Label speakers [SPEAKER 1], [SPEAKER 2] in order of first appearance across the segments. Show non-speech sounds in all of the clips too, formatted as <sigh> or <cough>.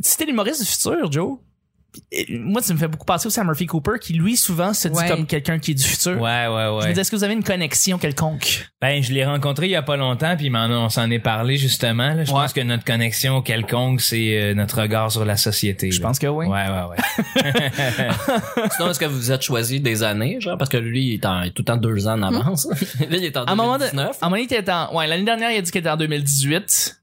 [SPEAKER 1] si t'es l'humoriste du futur, Joe, euh, moi, ça me fait beaucoup penser aussi à Murphy Cooper, qui lui, souvent, se dit
[SPEAKER 2] Ouais.
[SPEAKER 1] comme quelqu'un qui est du futur.
[SPEAKER 3] Ouais,
[SPEAKER 1] Je
[SPEAKER 3] ouais,
[SPEAKER 1] me
[SPEAKER 3] ouais.
[SPEAKER 1] dis, est-ce que vous avez une connexion quelconque?
[SPEAKER 3] Ben, je l'ai rencontré il y a pas longtemps, puis il m'en a- on s'en est parlé justement. là. Je
[SPEAKER 1] Ouais.
[SPEAKER 3] pense que notre connexion quelconque, c'est euh, notre regard sur la société.
[SPEAKER 1] Je
[SPEAKER 3] là.
[SPEAKER 1] pense que oui.
[SPEAKER 3] Ouais, ouais, ouais.
[SPEAKER 4] <laughs> Sinon, est-ce que vous vous êtes choisi des années, genre? Parce que lui, il est, en- il est tout le temps deux ans en avance. là, il est en
[SPEAKER 1] À un moment donné,
[SPEAKER 4] 2019.
[SPEAKER 1] à un moment donné, il était en- ouais, l'année dernière, il a dit qu'il était en 2018.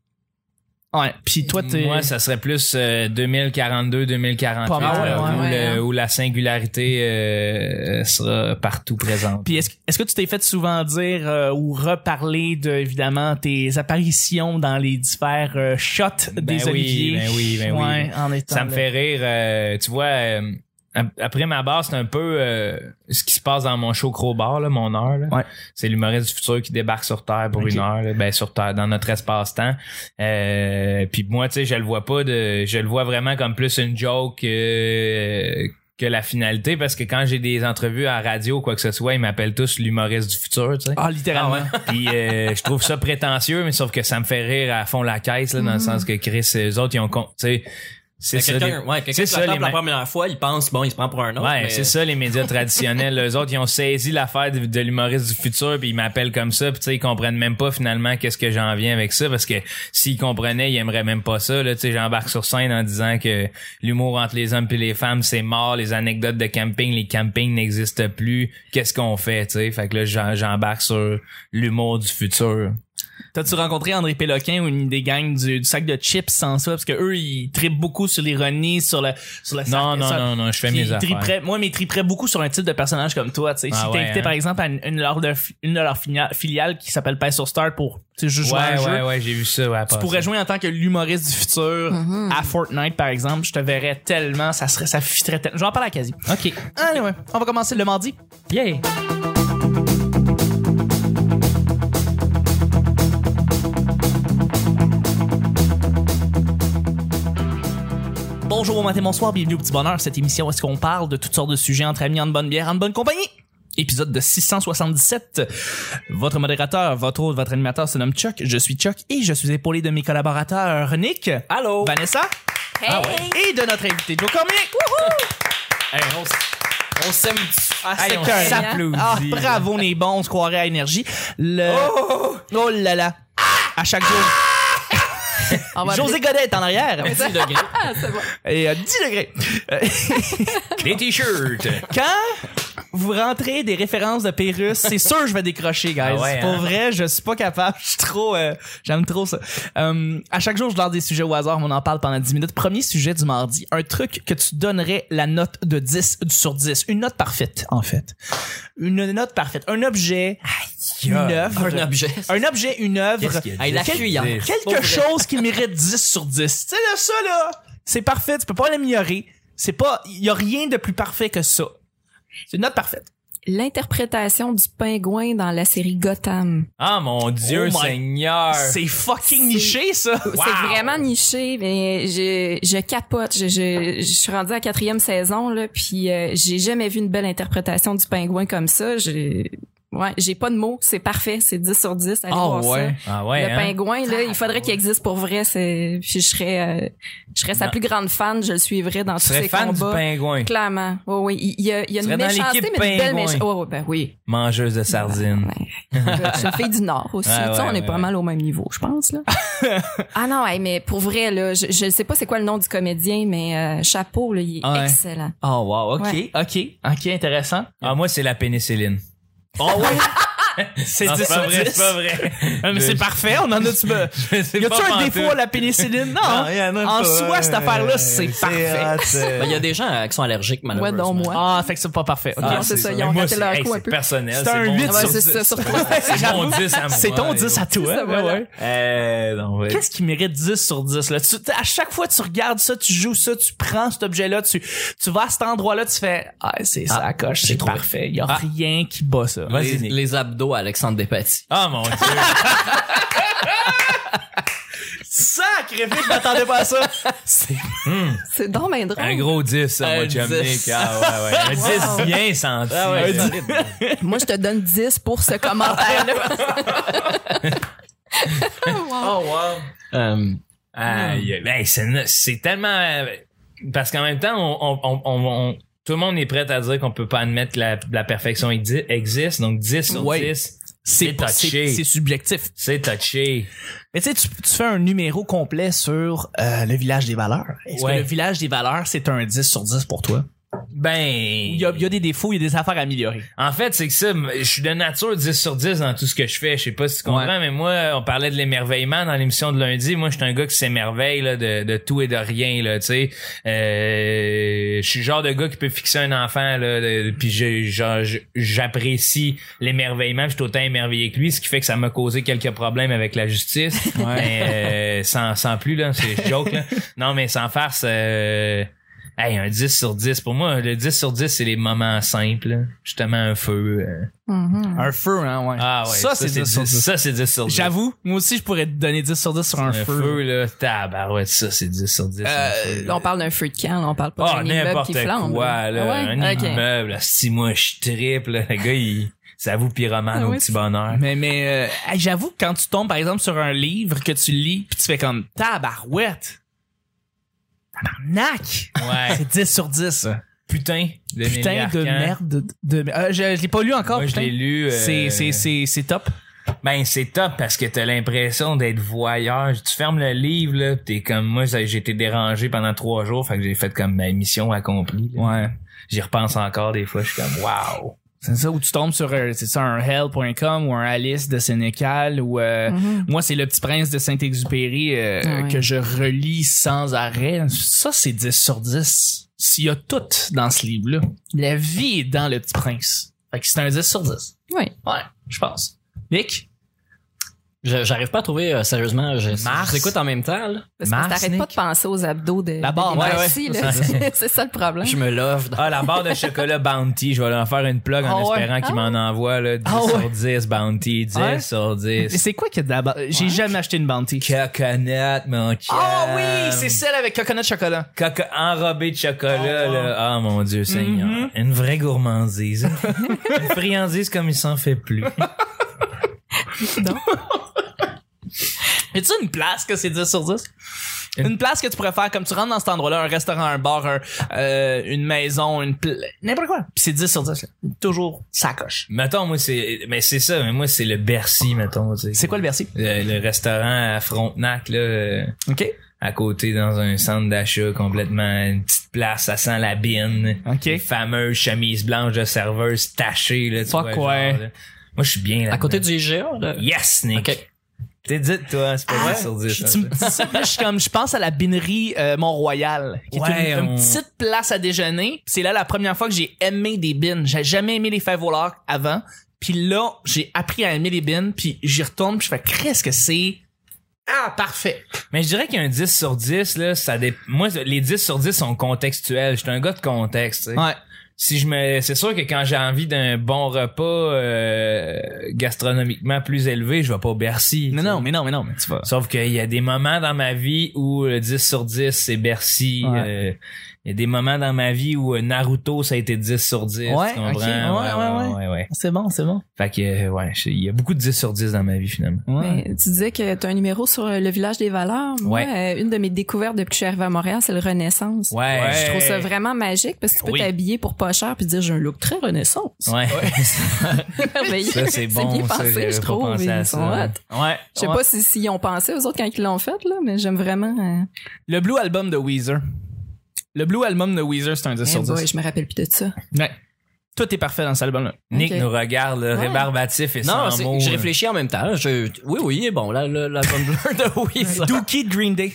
[SPEAKER 1] Ouais. Puis toi, t'es.
[SPEAKER 3] Moi, ça serait plus euh, 2042, 2048,
[SPEAKER 1] Pas mal,
[SPEAKER 3] là,
[SPEAKER 2] ouais,
[SPEAKER 3] où,
[SPEAKER 2] ouais,
[SPEAKER 3] le-
[SPEAKER 2] hein.
[SPEAKER 3] où la singularité euh, sera partout présente.
[SPEAKER 1] Puis est-ce, que- est-ce que tu t'es fait souvent dire euh, ou reparler de évidemment tes apparitions dans les différents euh, shots
[SPEAKER 3] Ben
[SPEAKER 1] des
[SPEAKER 3] oui,
[SPEAKER 1] oliviers?
[SPEAKER 3] ben oui, ben oui.
[SPEAKER 1] Ouais, en étant
[SPEAKER 3] ça me
[SPEAKER 1] là.
[SPEAKER 3] fait rire. euh, tu vois, euh, ap- après ma barre, c'est un peu euh, ce qui se passe dans mon show Crowbar, là, mon heure. là.
[SPEAKER 1] Ouais.
[SPEAKER 3] C'est l'humoriste du futur qui débarque sur Terre pour
[SPEAKER 1] Ok.
[SPEAKER 3] une heure, là, ben, sur Terre, dans notre espace-temps. Euh, Puis moi, tu sais, je le vois pas de. Je le vois vraiment comme plus une joke. euh, que la finalité parce que quand j'ai des entrevues à radio ou quoi que ce soit ils m'appellent tous l'humoriste du futur tu sais
[SPEAKER 1] Ah, littéralement.
[SPEAKER 3] puis euh, je trouve ça prétentieux, mais sauf que ça me fait rire à fond la caisse, là, dans le sens que Chris, eux autres, ils ont... con- Tu sais, c'est
[SPEAKER 4] Mais
[SPEAKER 3] ça,
[SPEAKER 4] quelqu'un,
[SPEAKER 3] les-
[SPEAKER 4] ouais, quelqu'un
[SPEAKER 3] c'est
[SPEAKER 4] qui
[SPEAKER 3] ça,
[SPEAKER 4] l'entend
[SPEAKER 3] les
[SPEAKER 4] pour la
[SPEAKER 3] ma-
[SPEAKER 4] première fois, il pense, bon, il se prend pour un autre.
[SPEAKER 3] Ouais,
[SPEAKER 4] mais-
[SPEAKER 3] c'est ça les médias traditionnels. Les autres, ils ont saisi l'affaire de, de l'humoriste du futur, puis ils m'appellent comme ça, puis tu sais, ils comprennent même pas finalement qu'est-ce que j'en viens avec ça, parce que s'ils comprenaient, ils aimeraient même pas ça. Là, tu sais, j'embarque sur scène en disant que l'humour entre les hommes et les femmes, c'est mort. Les anecdotes de camping, les campings n'existent plus. Qu'est-ce qu'on fait, tu sais? Fait que là, j'en- j'embarque sur l'humour du futur.
[SPEAKER 1] T'as-tu rencontré André Péloquin ou une des gangs du, du sac de chips sans ça? Parce que eux, ils trippent beaucoup sur l'ironie, sur le, sur le sarcasme.
[SPEAKER 3] Non, non, non, non, je fais
[SPEAKER 1] Puis
[SPEAKER 3] mes
[SPEAKER 1] ils
[SPEAKER 3] affaires.
[SPEAKER 1] triperaient- moi, mais ils triperaient beaucoup sur un type de personnage comme toi. tu sais. si
[SPEAKER 3] Ah
[SPEAKER 1] t'es
[SPEAKER 3] ouais,
[SPEAKER 1] invité,
[SPEAKER 3] hein.
[SPEAKER 1] par exemple, à une, une de leurs- une de leurs finia- filiales qui s'appelle Paix sur Star pour tu sais, juste jouer à un
[SPEAKER 3] Ouais,
[SPEAKER 1] jeu,
[SPEAKER 3] ouais, ouais, j'ai vu ça. Ouais,
[SPEAKER 1] Tu pourrais jouer en tant que l'humoriste du futur à Fortnite, par exemple. Je te verrais tellement, ça serait, ça fitterait tellement. J'en parle à quasi.
[SPEAKER 3] OK.
[SPEAKER 1] Allez, ouais. On va commencer le mardi.
[SPEAKER 3] Yeah.
[SPEAKER 1] Bonjour, bon matin, bonsoir, bienvenue au Petit Bonheur, cette émission où est-ce qu'on parle de toutes sortes de sujets entre amis, en bonne bière, en bonne compagnie. Épisode de 677. Votre modérateur, votre hôte, votre animateur se nomme Chuck. Je suis Chuck et je suis épaulé de mes collaborateurs Nick,
[SPEAKER 4] Allô?
[SPEAKER 1] Vanessa
[SPEAKER 2] Hey!
[SPEAKER 3] Ah
[SPEAKER 1] et de notre invité Joe Cormier.
[SPEAKER 3] Hey, on s-
[SPEAKER 1] <laughs>
[SPEAKER 4] On s'aime du-
[SPEAKER 1] Ah,
[SPEAKER 3] Hey,
[SPEAKER 1] c'est
[SPEAKER 3] on
[SPEAKER 1] que-
[SPEAKER 3] s'applaudit.
[SPEAKER 1] Ah, bravo, on est bon, on se croirait à énergie. Le... Oh, là là. À chaque jour.
[SPEAKER 2] On va
[SPEAKER 1] José Godet est en arrière.
[SPEAKER 4] degrés.
[SPEAKER 2] Ah, c'est bon.
[SPEAKER 1] Et à 10 degrés. Euh,
[SPEAKER 3] Des t-shirts.
[SPEAKER 1] Quand vous rentrez des références de Pérus, c'est sûr que je vais décrocher, guys.
[SPEAKER 3] Ah ouais,
[SPEAKER 1] Pour
[SPEAKER 3] hein?
[SPEAKER 1] vrai, je suis pas capable. Je suis trop... euh, J'aime trop ça. Euh, à chaque jour, je lance des sujets au hasard. mais On en parle pendant 10 minutes. Premier sujet du mardi. Un truc que tu donnerais la note de 10 sur 10. Une note parfaite, en fait. Une note parfaite. Un objet, une œuvre.
[SPEAKER 4] <laughs> Un objet.
[SPEAKER 1] un objet, une œuvre,
[SPEAKER 3] Qu'est-ce qu'il y a de
[SPEAKER 4] Hey, la
[SPEAKER 3] dix?
[SPEAKER 4] fuyante. Pour
[SPEAKER 1] quelque
[SPEAKER 4] vrai.
[SPEAKER 1] chose qui mérite 10 sur 10. Tu sais, là, ça, là, c'est parfait, tu peux pas l'améliorer. C'est pas, il y a rien de plus parfait que ça. C'est une note parfaite.
[SPEAKER 2] L'interprétation du pingouin dans la série Gotham.
[SPEAKER 3] Ah, mon Dieu,
[SPEAKER 1] Oh my-
[SPEAKER 3] Seigneur.
[SPEAKER 1] C'est fucking niché, ça.
[SPEAKER 2] C'est vraiment niché, mais je, je capote. Je, je, je suis rendue à la quatrième saison, là, puis euh, j'ai jamais vu une belle interprétation du pingouin comme ça. Je, ouais, j'ai pas de mots. C'est parfait. C'est 10 sur 10. Allez voir ça.
[SPEAKER 3] Ah ouais,
[SPEAKER 2] le
[SPEAKER 3] hein?
[SPEAKER 2] pingouin, là, il faudrait qu'il existe pour vrai. C'est, puis je serais, euh, je serais sa
[SPEAKER 3] Non.
[SPEAKER 2] plus grande fan. Je le suivrais dans
[SPEAKER 3] Tu
[SPEAKER 2] tous
[SPEAKER 3] serais
[SPEAKER 2] ses
[SPEAKER 3] fan du
[SPEAKER 2] combats.
[SPEAKER 3] pingouin.
[SPEAKER 2] Clairement. Oui, oui. Il- Il y a, il y a
[SPEAKER 3] Tu
[SPEAKER 2] une
[SPEAKER 3] serais dans
[SPEAKER 2] méchanceté,
[SPEAKER 3] l'équipe
[SPEAKER 2] mais une belle
[SPEAKER 3] pingouin.
[SPEAKER 2] méchanceté. Oui, oui, ben oui.
[SPEAKER 3] Mangeuse de sardines.
[SPEAKER 2] Ben, Je suis une fille du Nord aussi.
[SPEAKER 3] Ouais,
[SPEAKER 2] Tu sais,
[SPEAKER 3] ouais,
[SPEAKER 2] on est
[SPEAKER 3] ouais,
[SPEAKER 2] pas
[SPEAKER 3] ouais.
[SPEAKER 2] mal au même niveau, je
[SPEAKER 3] <laughs>
[SPEAKER 2] pense. Là. ah non, hey, mais pour vrai, là, je, je sais pas c'est quoi le nom du comédien, mais euh, Chapeau, là, il est
[SPEAKER 1] Ouais.
[SPEAKER 2] excellent.
[SPEAKER 1] Oh, wow, ok,
[SPEAKER 2] Ouais.
[SPEAKER 1] ok, ok, intéressant.
[SPEAKER 3] Ah, moi, c'est la pénicilline.
[SPEAKER 1] Oh, oui. c'est
[SPEAKER 3] Non,
[SPEAKER 1] 10
[SPEAKER 3] c'est pas
[SPEAKER 1] sur
[SPEAKER 3] vrai,
[SPEAKER 1] 10.
[SPEAKER 3] c'est pas vrai.
[SPEAKER 1] Ah, mais c'est parfait, on en a du. Y a-tu un défaut à la pénicilline? Non. hein? en soi, cette
[SPEAKER 3] Euh,
[SPEAKER 1] affaire-là, c'est parfait. <laughs>
[SPEAKER 4] Ben, Il y a des gens euh, qui sont allergiques,
[SPEAKER 2] Ouais,
[SPEAKER 4] malheureusement.
[SPEAKER 2] donc moi.
[SPEAKER 1] Ah, fait que c'est pas parfait. ok.
[SPEAKER 2] Ah, c'est ça, ils ont raté leur coup un peu.
[SPEAKER 3] personnel.
[SPEAKER 1] C'est un
[SPEAKER 3] mon-
[SPEAKER 1] huit
[SPEAKER 2] Ah ouais,
[SPEAKER 1] sur <laughs>
[SPEAKER 2] c'est ça, sur toi.
[SPEAKER 3] C'est mon
[SPEAKER 1] J'avoue.
[SPEAKER 3] 10 à moi.
[SPEAKER 1] C'est ton 10 à toi.
[SPEAKER 2] C'est
[SPEAKER 1] ouais,
[SPEAKER 2] ça, voilà.
[SPEAKER 1] ouais.
[SPEAKER 3] Euh, non, ouais.
[SPEAKER 1] Qu'est-ce qui mérite 10 sur 10 là? Tu- t- à chaque fois tu regardes ça, tu joues ça, tu prends cet objet-là, tu, tu vas à cet endroit-là, tu fais Ah, c'est ça, la coche, c'est parfait. Il y a
[SPEAKER 3] Ah.
[SPEAKER 1] rien qui bat ça.
[SPEAKER 3] Vas-y,
[SPEAKER 4] Les,
[SPEAKER 3] Nick.
[SPEAKER 4] les abdos à Alexandre Despatie.
[SPEAKER 3] Ah, mon Dieu.
[SPEAKER 1] Sacré vie, je m'attendais pas à
[SPEAKER 3] <laughs>
[SPEAKER 1] ça. C'est-
[SPEAKER 2] C'est donc bien drôle.
[SPEAKER 3] Un gros 10, à
[SPEAKER 4] Un
[SPEAKER 3] moi, Chum
[SPEAKER 4] 10.
[SPEAKER 3] Nick. Ah, ouais, ouais. Un 10 bien senti.
[SPEAKER 1] Ah
[SPEAKER 4] ouais,
[SPEAKER 3] là.
[SPEAKER 2] Moi, je te donne 10 pour
[SPEAKER 3] <laughs>
[SPEAKER 2] ce commentaire-là.
[SPEAKER 4] Euh,
[SPEAKER 3] Aïe, ben, c'est c'est tellement euh, parce qu'en même temps on, on, on- on- tout le monde est prêt à dire qu'on peut pas admettre que la, la perfection exi- existe donc 10 sur
[SPEAKER 1] Ouais.
[SPEAKER 3] 10
[SPEAKER 1] C'est
[SPEAKER 3] C'est
[SPEAKER 1] pas- c'est
[SPEAKER 3] touché.
[SPEAKER 1] c'est subjectif.
[SPEAKER 3] c'est touché
[SPEAKER 1] Mais tu sais, tu- tu fais un numéro complet sur euh, le village des valeurs. Est-ce
[SPEAKER 3] Ouais.
[SPEAKER 1] que le village des valeurs, c'est un 10 sur 10 pour toi?
[SPEAKER 3] ben
[SPEAKER 1] Il y, a, il y a des défauts, il y a des affaires à améliorer.
[SPEAKER 3] En fait, c'est que ça, m- je suis de nature 10 sur 10 dans tout ce que je fais. Je sais pas si tu comprends,
[SPEAKER 1] Ouais.
[SPEAKER 3] mais moi, on parlait de l'émerveillement dans l'émission de lundi. Moi, je suis un gars qui s'émerveille là, de, de tout et de rien. Là, tu sais. euh, je suis le genre de gars qui peut fixer un enfant, là, de- puis je- genre, je- j'apprécie l'émerveillement. puis Je suis autant émerveillé que lui, ce qui fait que ça m'a causé quelques problèmes avec la justice. Mais, euh, sans, sans plus, là, c'est joke. Là. Non, mais sans farce... Euh, Hey, un 10 sur 10. Pour moi, le 10 sur 10, c'est les moments simples. là. Justement, un feu. euh.
[SPEAKER 2] <laughs> Mhm.
[SPEAKER 1] Un feu, hein, ouais.
[SPEAKER 3] Ah ouais,
[SPEAKER 1] ça, c'est 10 sur 10.
[SPEAKER 3] Ça, c'est 10 sur 10.
[SPEAKER 1] J'avoue, moi aussi, je pourrais te donner 10 sur 10 sur un,
[SPEAKER 3] Un feu, là, tabarouette, ça, c'est 10 sur 10. un feu, là.
[SPEAKER 2] on parle d'un feu de camp, là, on parle pas
[SPEAKER 3] Ah,
[SPEAKER 2] d'un immeuble
[SPEAKER 3] n'importe
[SPEAKER 2] qui
[SPEAKER 3] quoi,
[SPEAKER 2] flambe.
[SPEAKER 3] là. Un
[SPEAKER 2] Ah ouais? Ok.
[SPEAKER 3] immeuble, là, si moi, je triple. là, Le gars, il... Ça vous pyromane
[SPEAKER 2] Ah
[SPEAKER 3] au
[SPEAKER 2] oui,
[SPEAKER 3] petit
[SPEAKER 2] c'est-
[SPEAKER 3] bonheur.
[SPEAKER 1] Mais, mais euh, hey, j'avoue que quand tu tombes, par exemple, sur un livre que tu lis, puis tu fais comme tabarouette. Tabarnak!
[SPEAKER 3] Ouais.
[SPEAKER 1] C'est 10 sur 10. ça.
[SPEAKER 3] Putain de
[SPEAKER 1] Putain
[SPEAKER 3] Nelly
[SPEAKER 1] de
[SPEAKER 3] Arcan.
[SPEAKER 1] merde. De, de- euh, je je l'ai pas lu encore,
[SPEAKER 3] Moi, je
[SPEAKER 1] putain.
[SPEAKER 3] l'ai lu. euh,
[SPEAKER 1] C'est- c'est- C'est c'est top.
[SPEAKER 3] Ben, c'est top parce que t'as l'impression d'être voyeur. Tu fermes le livre, là, pis t'es comme, moi, ça- j'ai été dérangé pendant trois jours, fait que j'ai fait comme ma mission accomplie. là.
[SPEAKER 1] Ouais.
[SPEAKER 3] J'y repense encore des fois, je suis comme, wow.
[SPEAKER 1] C'est ça, où tu tombes sur un, c'est ça, un hell.com ou un Alice de Sénécal ou euh,
[SPEAKER 2] Mhm.
[SPEAKER 1] moi c'est le petit prince de Saint-Exupéry euh,
[SPEAKER 2] Ah ouais.
[SPEAKER 1] que je relis sans arrêt. Ça c'est 10 sur 10. S'il y a tout dans ce livre-là, la vie est dans le petit prince. Fait que c'est un 10 sur 10.
[SPEAKER 2] Oui.
[SPEAKER 1] Ouais, je pense. Nick?
[SPEAKER 4] Je- J'arrive pas à trouver, euh, sérieusement, je,
[SPEAKER 3] Mars.
[SPEAKER 4] je t'écoute en même temps, là.
[SPEAKER 2] Parce
[SPEAKER 3] Mars,
[SPEAKER 2] que t'arrêtes pas
[SPEAKER 3] Nick?
[SPEAKER 2] de penser aux abdos de
[SPEAKER 1] La barre,
[SPEAKER 2] de
[SPEAKER 1] ouais,
[SPEAKER 2] Nancy,
[SPEAKER 1] ouais.
[SPEAKER 3] <laughs>
[SPEAKER 2] là. C'est- <laughs> C'est ça le problème.
[SPEAKER 4] Je me love.
[SPEAKER 3] Ah, la barre de chocolat Bounty, je vais leur faire une plug en
[SPEAKER 1] Ah ouais.
[SPEAKER 3] espérant qu'ils m'en envoient, là, 10
[SPEAKER 1] Ah
[SPEAKER 3] sur
[SPEAKER 1] ouais.
[SPEAKER 3] 10 Bounty, 10
[SPEAKER 1] Ouais.
[SPEAKER 3] sur 10.
[SPEAKER 1] Mais c'est quoi que d'abord? J'ai jamais acheté une bounty.
[SPEAKER 3] Coconut, mon
[SPEAKER 1] Ah
[SPEAKER 3] chum.
[SPEAKER 1] oui, c'est celle avec coconut chocolat.
[SPEAKER 3] Coco- enrobé de chocolat,
[SPEAKER 1] Oh,
[SPEAKER 3] là. Ah, mon Dieu, Seigneur.
[SPEAKER 1] Mm-hmm.
[SPEAKER 3] Une vraie gourmandise. <laughs> une friandise comme il s'en fait plus.
[SPEAKER 1] Y a-tu une place que c'est 10 sur 10? Une place que tu pourrais faire comme tu rentres dans cet endroit-là, un restaurant, un bar, un, euh, une maison, une pla- n'importe quoi. Puis c'est 10 sur 10. là. Toujours ça coche.
[SPEAKER 3] Mettons, moi, c'est, mais c'est ça, mais moi, c'est le Bercy, mettons, tu sais.
[SPEAKER 1] C'est quoi le Bercy?
[SPEAKER 3] le, le restaurant à Frontenac, là, euh,
[SPEAKER 1] OK.
[SPEAKER 3] à côté dans un centre d'achat complètement, une petite place, ça sent la bine.
[SPEAKER 1] OK.
[SPEAKER 3] Les fameuses chemises blanches de serveuse tachées, là, tu
[SPEAKER 1] Fuck
[SPEAKER 3] vois,
[SPEAKER 1] ouais.
[SPEAKER 3] genre, là. Moi, je suis bien là.
[SPEAKER 4] À côté du IGA, là.
[SPEAKER 3] Yes, Nick.
[SPEAKER 4] Ok.
[SPEAKER 3] T'es dit, toi, c'est pas
[SPEAKER 1] Ah,
[SPEAKER 3] 10 sur 10.
[SPEAKER 1] je-
[SPEAKER 3] hein,
[SPEAKER 1] tu me dis ça, puis là, je suis comme, je pense à la binerie euh, Mont-Royal, qui
[SPEAKER 3] Ouais,
[SPEAKER 1] est une, une
[SPEAKER 3] on-
[SPEAKER 1] petite place à déjeuner. C'est là la première fois que j'ai aimé des bines. J'ai jamais aimé les fèves au lard avant. Puis là, j'ai appris à aimer les bines, puis j'y retourne, puis je fais, qu'est-ce que c'est? Ah, parfait.
[SPEAKER 3] Mais je dirais qu'un 10 sur 10, là, ça dé... moi, les 10 sur 10 sont contextuels. Je suis un gars de contexte. tu sais.
[SPEAKER 1] Ouais.
[SPEAKER 3] Si je me, c'est sûr que quand j'ai envie d'un bon repas euh, gastronomiquement plus élevé, je vais pas au Bercy.
[SPEAKER 1] Non,
[SPEAKER 3] tu sais.
[SPEAKER 1] non, mais non, mais non, mais tu vas.
[SPEAKER 3] Sauf qu'il y a des moments dans ma vie où le 10 sur 10, c'est Bercy.
[SPEAKER 1] Ouais.
[SPEAKER 3] euh, Il y a des moments dans ma vie où euh, Naruto, ça a été 10 sur 10.
[SPEAKER 1] Ouais,
[SPEAKER 3] tu comprends?
[SPEAKER 1] ok. Ouais, ouais, ouais. C'est bon, c'est bon.
[SPEAKER 3] Fait que, euh, ouais, je- il y a beaucoup de 10 sur 10 dans ma vie, finalement.
[SPEAKER 2] Mais Ben, tu disais que tu as un numéro sur euh, le village des valeurs. Moi, euh, une de mes découvertes depuis que je suis arrivée à Montréal, c'est le Renaissance.
[SPEAKER 3] Ouais.
[SPEAKER 2] Je trouve ça vraiment magique parce que tu peux
[SPEAKER 3] Oui.
[SPEAKER 2] t'habiller pour pas cher puis dire j'ai un look très Renaissance.
[SPEAKER 3] Ouais.
[SPEAKER 2] <laughs> C'est merveilleux.
[SPEAKER 3] ça, c'est bon.
[SPEAKER 2] bien
[SPEAKER 3] ça,
[SPEAKER 2] pensé,
[SPEAKER 3] j'avais
[SPEAKER 2] je
[SPEAKER 3] pas
[SPEAKER 2] trouve.
[SPEAKER 3] pensé
[SPEAKER 2] Ils
[SPEAKER 3] à
[SPEAKER 2] sont
[SPEAKER 3] ça. Ouais.
[SPEAKER 2] Je sais
[SPEAKER 3] ouais.
[SPEAKER 2] pas si- s'ils ont pensé aux autres quand ils l'ont fait, là, mais j'aime vraiment. euh,
[SPEAKER 1] Le Blue Album de Weezer. Le Blue Album de Weezer, c'est un 10
[SPEAKER 2] eh
[SPEAKER 1] sur 10.
[SPEAKER 2] boy, je me rappelle plus de ça.
[SPEAKER 3] Mm.
[SPEAKER 1] Ouais. Tout est parfait dans cet album-là.
[SPEAKER 3] Nick
[SPEAKER 2] Ok.
[SPEAKER 3] nous regarde, là,
[SPEAKER 2] Ouais.
[SPEAKER 3] rébarbatif et
[SPEAKER 4] Non,
[SPEAKER 3] sans
[SPEAKER 4] c'est-
[SPEAKER 3] mots.
[SPEAKER 4] je réfléchis en même temps. Je, oui, oui, bon, là, là, la bonne bleu de <laughs> oui, ça.
[SPEAKER 1] Dookie de Green Day.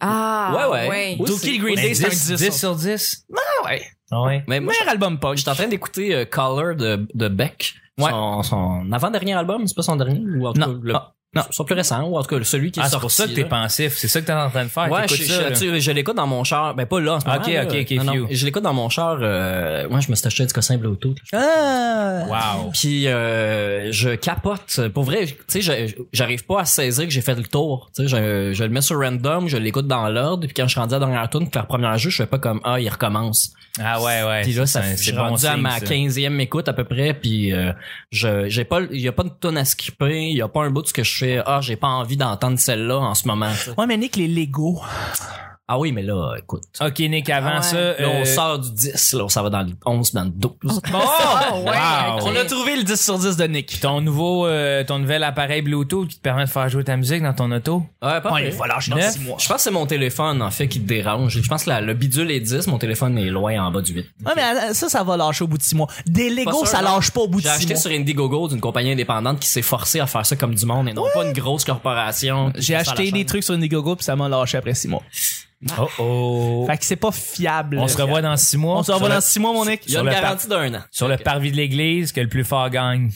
[SPEAKER 2] Ah,
[SPEAKER 4] Ouais, ouais. Oui,
[SPEAKER 1] Dookie de Green
[SPEAKER 3] Mais
[SPEAKER 1] Day, c'est un
[SPEAKER 3] 10,
[SPEAKER 1] 10 sur 10.
[SPEAKER 3] sur 10.
[SPEAKER 1] Ah ouais.
[SPEAKER 3] Ouais.
[SPEAKER 4] Mais moi,
[SPEAKER 1] Meilleur album punk.
[SPEAKER 4] je suis en train d'écouter euh, Color de, de Beck.
[SPEAKER 1] Ouais.
[SPEAKER 4] Son, son avant-dernier album, c'est pas son dernier? Ou en tout
[SPEAKER 1] Non.
[SPEAKER 4] cas, le-
[SPEAKER 1] Ah, non.
[SPEAKER 4] son plus récent, ou en tout cas, celui qui est
[SPEAKER 3] Ah, c'est
[SPEAKER 4] sorti.
[SPEAKER 3] pour ça que t'es
[SPEAKER 4] là.
[SPEAKER 3] pensif. C'est ça que t'es en train de faire.
[SPEAKER 4] Ouais, je,
[SPEAKER 3] T'écoutes
[SPEAKER 4] je-
[SPEAKER 3] ça, là.
[SPEAKER 4] tu- je l'écoute dans mon char. Ben, pas là, en ce moment.
[SPEAKER 3] Ok,
[SPEAKER 4] là.
[SPEAKER 3] ok, ok,
[SPEAKER 4] Non, non,
[SPEAKER 3] phew.
[SPEAKER 4] Je l'écoute dans mon char. Euh, ouais, je me suis acheté un disque simple auto.
[SPEAKER 1] Ah.
[SPEAKER 3] Wow.
[SPEAKER 4] Puis euh, je capote. Pour vrai, tu sais, je- j'arrive pas à saisir que j'ai fait le tour. Tu sais, je, je le mets sur random, je l'écoute dans l'ordre, puis quand je suis rendu à la dernière tune, puis la première jeu, je fais pas comme ah, il recommence.
[SPEAKER 3] Ah ouais, ouais.
[SPEAKER 4] puis là,
[SPEAKER 3] c'est
[SPEAKER 4] ça,
[SPEAKER 3] un-
[SPEAKER 4] je
[SPEAKER 3] c'est
[SPEAKER 4] suis
[SPEAKER 3] bon
[SPEAKER 4] rendu à
[SPEAKER 3] signe,
[SPEAKER 4] ma
[SPEAKER 3] ça.
[SPEAKER 4] 15e écoute à peu près, puis euh, je j'ai pas, il y a pas de tonne à skipper, il y a pas un bout de ce que je je fais ah j'ai pas envie d'entendre celle-là en ce moment. tu sais.
[SPEAKER 1] Ouais, mais Nick, les Lego.
[SPEAKER 4] Ah oui mais là écoute.
[SPEAKER 3] Ok, Nick, avant
[SPEAKER 2] Ah ouais.
[SPEAKER 3] ça.
[SPEAKER 4] Là,
[SPEAKER 3] euh,
[SPEAKER 4] on sort du 10, là, ça va dans le 11, dans le 12.
[SPEAKER 3] Bon!
[SPEAKER 2] Ah, ouais,
[SPEAKER 3] Wow!
[SPEAKER 2] ok.
[SPEAKER 1] On a trouvé le 10 sur 10 de Nick.
[SPEAKER 3] Ton nouveau, euh, ton nouvel appareil Bluetooth qui te permet de faire jouer ta musique dans ton auto.
[SPEAKER 4] Ouais, pas
[SPEAKER 1] On Ah,
[SPEAKER 4] pire.
[SPEAKER 1] il va lâcher dans
[SPEAKER 3] Neuf.
[SPEAKER 1] 6 mois.
[SPEAKER 4] Je pense que c'est mon téléphone, en fait, qui te dérange. Je pense que la- le bidule est 10, mon téléphone est loin en bas du 8.
[SPEAKER 1] Ouais, mais euh, ça, ça va lâcher au bout de 6 mois. Des Lego,
[SPEAKER 4] sûr,
[SPEAKER 1] ça
[SPEAKER 4] non.
[SPEAKER 1] lâche pas au bout de
[SPEAKER 4] J'ai
[SPEAKER 1] 6
[SPEAKER 4] acheté
[SPEAKER 1] mois.
[SPEAKER 4] sur Indiegogo d'une compagnie indépendante qui s'est forcée à faire ça comme du monde et non pas une grosse corporation.
[SPEAKER 1] J'ai
[SPEAKER 4] Ça, ça
[SPEAKER 1] acheté
[SPEAKER 4] la
[SPEAKER 1] des
[SPEAKER 4] chaîne.
[SPEAKER 1] trucs sur Indiegogo puis ça m'a lâché après 6 mois.
[SPEAKER 3] Oh oh.
[SPEAKER 1] Fait que c'est pas fiable.
[SPEAKER 3] On se revoit dans six mois.
[SPEAKER 1] On se revoit
[SPEAKER 3] sur
[SPEAKER 1] dans
[SPEAKER 3] le-
[SPEAKER 1] 6 mois, mon Nick.
[SPEAKER 4] Il y a
[SPEAKER 3] sur
[SPEAKER 4] une
[SPEAKER 3] le
[SPEAKER 4] garantie d'un an.
[SPEAKER 3] Sur le parvis de l'église, que le plus fort gagne.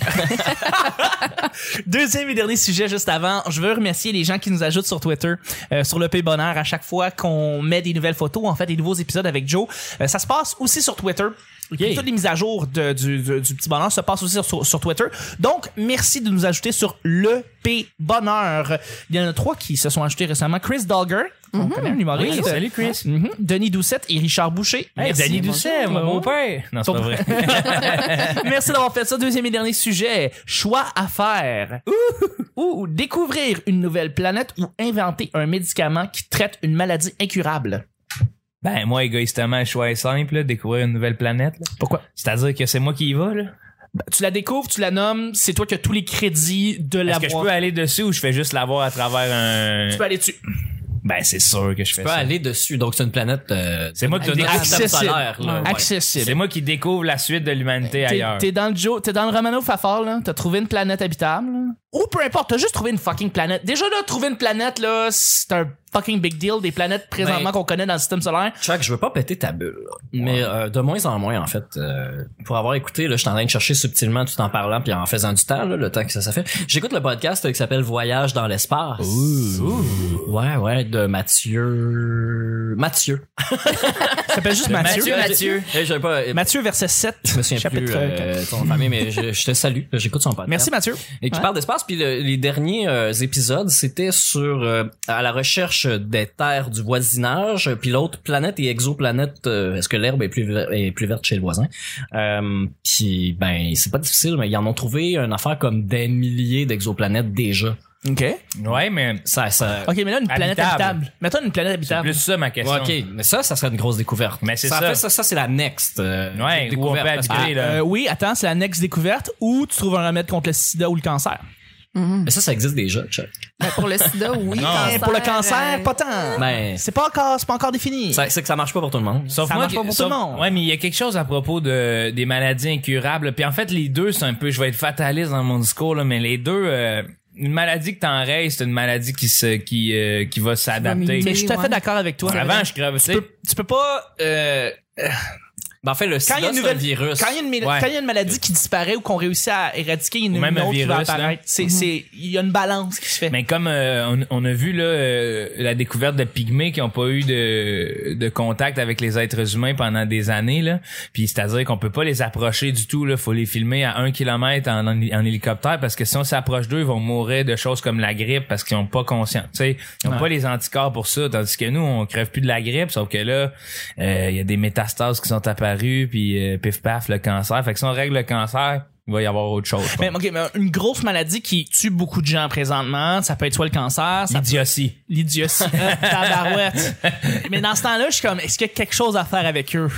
[SPEAKER 1] Deuxième et dernier sujet juste avant, je veux remercier les gens qui nous ajoutent sur Twitter, euh, sur le Pays Bonheur, à chaque fois qu'on met des nouvelles photos, en fait, des nouveaux épisodes avec Joe. Euh, ça se passe aussi sur Twitter. Et puis, Toutes les mises à jour de- du, du- du Petit Bonheur se passent aussi sur- sur, sur Twitter. Donc, merci de nous ajouter sur le P Bonheur. Il y en a trois qui se sont ajoutés récemment. Chris Dalger, on connaît un humoriste.
[SPEAKER 3] Oui, salut, Chris.
[SPEAKER 1] Mhm. Denis Doucette et Richard Boucher.
[SPEAKER 3] Hey,
[SPEAKER 1] Merci,
[SPEAKER 3] Danny
[SPEAKER 1] bonjour.
[SPEAKER 3] Doucet, mon beau-père. Non, c'est pas vrai.
[SPEAKER 1] Merci d'avoir fait ça. Deuxième et dernier sujet. Choix à faire. Ou découvrir une nouvelle planète ou inventer un médicament qui traite une maladie incurable.
[SPEAKER 3] <laughs> Ben, moi, égoïstement, le choix est simple, là, découvrir une nouvelle planète. là.
[SPEAKER 1] Pourquoi?
[SPEAKER 3] C'est-à-dire que c'est moi qui y va, là.
[SPEAKER 1] Ben, tu la découvres, tu la nommes, c'est toi qui as tous les crédits de la
[SPEAKER 3] Est-ce que je peux aller dessus ou je fais juste l'avoir à travers un...
[SPEAKER 1] Tu peux aller dessus.
[SPEAKER 3] Ben, c'est sûr que je fais
[SPEAKER 4] Tu peux
[SPEAKER 3] ça.
[SPEAKER 4] aller dessus. Donc, c'est une planète. euh,
[SPEAKER 3] C'est moi qui te donne-
[SPEAKER 4] système
[SPEAKER 1] Accessible.
[SPEAKER 4] solaire, là, ouais.
[SPEAKER 3] C'est
[SPEAKER 1] Accessible.
[SPEAKER 3] moi qui découvre la suite de l'humanité
[SPEAKER 1] Ben, T'es
[SPEAKER 3] ailleurs.
[SPEAKER 1] t'es dans le Joe, t'es dans le Romano Fafard, là. T'as trouvé une planète habitable. là. Ou peu importe, t'as juste trouvé une fucking planète. Déjà, là, trouver une planète, là, c'est un fucking big deal des planètes présentement
[SPEAKER 4] Ben-
[SPEAKER 1] qu'on connaît dans le système solaire.
[SPEAKER 4] Chuck, je veux pas péter ta bulle, là. mais euh, de moins en moins en fait. euh, pour avoir écouté, là, je suis en train de chercher subtilement tout en parlant puis en faisant du temps, là, le temps que ça, ça fait. J'écoute le podcast euh, qui s'appelle Voyage dans l'espace. Ouais, ouais, de Mathieu. Mathieu.
[SPEAKER 1] Ça s'appelle juste Mathieu.
[SPEAKER 3] Mathieu, Mathieu.
[SPEAKER 4] Eh, j'avais pas. eh,
[SPEAKER 1] Mathieu, verset 7.
[SPEAKER 4] Je me souviens plus
[SPEAKER 1] chapitre,
[SPEAKER 4] euh, ton famille, mais je, je te salue. J'écoute son podcast.
[SPEAKER 1] Merci Mathieu.
[SPEAKER 4] Et qui
[SPEAKER 1] Ouais.
[SPEAKER 4] parle d'espace. Puis le- les derniers euh, épisodes, c'était sur euh, à la recherche des terres du voisinage, puis l'autre planète et exoplanète. euh, Est-ce que l'herbe est plus ver- est plus verte chez le voisin euh, Puis ben c'est pas difficile, mais ils en ont trouvé une affaire comme des milliers d'exoplanètes déjà.
[SPEAKER 1] OK.
[SPEAKER 3] Ouais, mais
[SPEAKER 4] Ça, ça.
[SPEAKER 3] Ah,
[SPEAKER 1] OK, mais là, une planète
[SPEAKER 3] Habitable.
[SPEAKER 1] habitable. Mettons une planète
[SPEAKER 3] c'est
[SPEAKER 1] habitable.
[SPEAKER 3] plus ça ma question.
[SPEAKER 4] Ouais, ok, mais ça, ça serait une grosse découverte.
[SPEAKER 3] Mais c'est
[SPEAKER 4] en
[SPEAKER 3] ça.
[SPEAKER 4] fait, ça, ça, c'est la next. euh,
[SPEAKER 3] Ouais, où on peut
[SPEAKER 4] découverte, parce que-
[SPEAKER 3] habiter, là.
[SPEAKER 1] Euh, oui, attends, c'est la next découverte ou tu trouves un remède contre le sida ou le cancer.
[SPEAKER 4] Mais ça, ça existe déjà. Chuck.
[SPEAKER 2] Ben, pour le sida, oui.
[SPEAKER 1] Mais pour le cancer,
[SPEAKER 2] euh,
[SPEAKER 1] pas tant.
[SPEAKER 4] Ben-
[SPEAKER 1] C'est pas encore, c'est pas encore défini.
[SPEAKER 4] Ça- C'est que ça marche pas pour tout le monde.
[SPEAKER 3] Sauf
[SPEAKER 1] Ça
[SPEAKER 3] moi,
[SPEAKER 1] marche pas pour
[SPEAKER 3] sauf-
[SPEAKER 1] tout le monde.
[SPEAKER 3] Ouais, mais il y a quelque chose à propos de des maladies incurables. Puis en fait, les deux, c'est un peu, je vais être fataliste dans mon discours là, mais les deux, euh, une maladie que t'en restes, c'est une maladie qui se, qui, euh, qui va s'adapter.
[SPEAKER 1] mais je suis tout à
[SPEAKER 2] Ouais.
[SPEAKER 1] fait d'accord avec toi.
[SPEAKER 3] Avant, je crevais.
[SPEAKER 1] tu peux, tu peux pas euh,
[SPEAKER 4] Ben, en fait, le
[SPEAKER 1] quand il y a
[SPEAKER 4] sida,
[SPEAKER 1] une
[SPEAKER 4] c'est un
[SPEAKER 1] nouvelle
[SPEAKER 4] virus.
[SPEAKER 1] quand il y a une mal-
[SPEAKER 3] Ouais.
[SPEAKER 1] quand il y a une maladie qui disparaît ou qu'on réussit à éradiquer il y en a
[SPEAKER 3] Ou même
[SPEAKER 1] une
[SPEAKER 3] un
[SPEAKER 1] autre qui va
[SPEAKER 3] virus, là.
[SPEAKER 1] apparaître. C'est c'est il y a une balance qui se fait.
[SPEAKER 3] Mais comme euh, on, on a vu là, euh, la découverte de pygmées qui n'ont pas eu de, de contact avec les êtres humains pendant des années, là. puis c'est-à-dire qu'on peut pas les approcher du tout, là faut les filmer à un kilomètre en, en, en hélicoptère parce que si on s'approche d'eux, ils vont mourir de choses comme la grippe parce qu'ils n'ont pas conscience. tu sais. Ils n'ont pas les anticorps pour ça, tandis que nous, on crève plus de la grippe, sauf que là, euh, il y a des métastases qui sont apparues, puis euh, pif paf, le cancer. Fait que si on règle le cancer, il va y avoir autre chose. je
[SPEAKER 1] Mais,
[SPEAKER 3] pense.
[SPEAKER 1] ok, mais une grosse maladie qui tue beaucoup de gens présentement, ça peut être soit le cancer, ça
[SPEAKER 3] L'idiotie.
[SPEAKER 1] l'idiotie, <laughs> tabarouette. Mais dans ce temps-là, je suis comme, est-ce qu'il y a quelque chose à faire avec eux?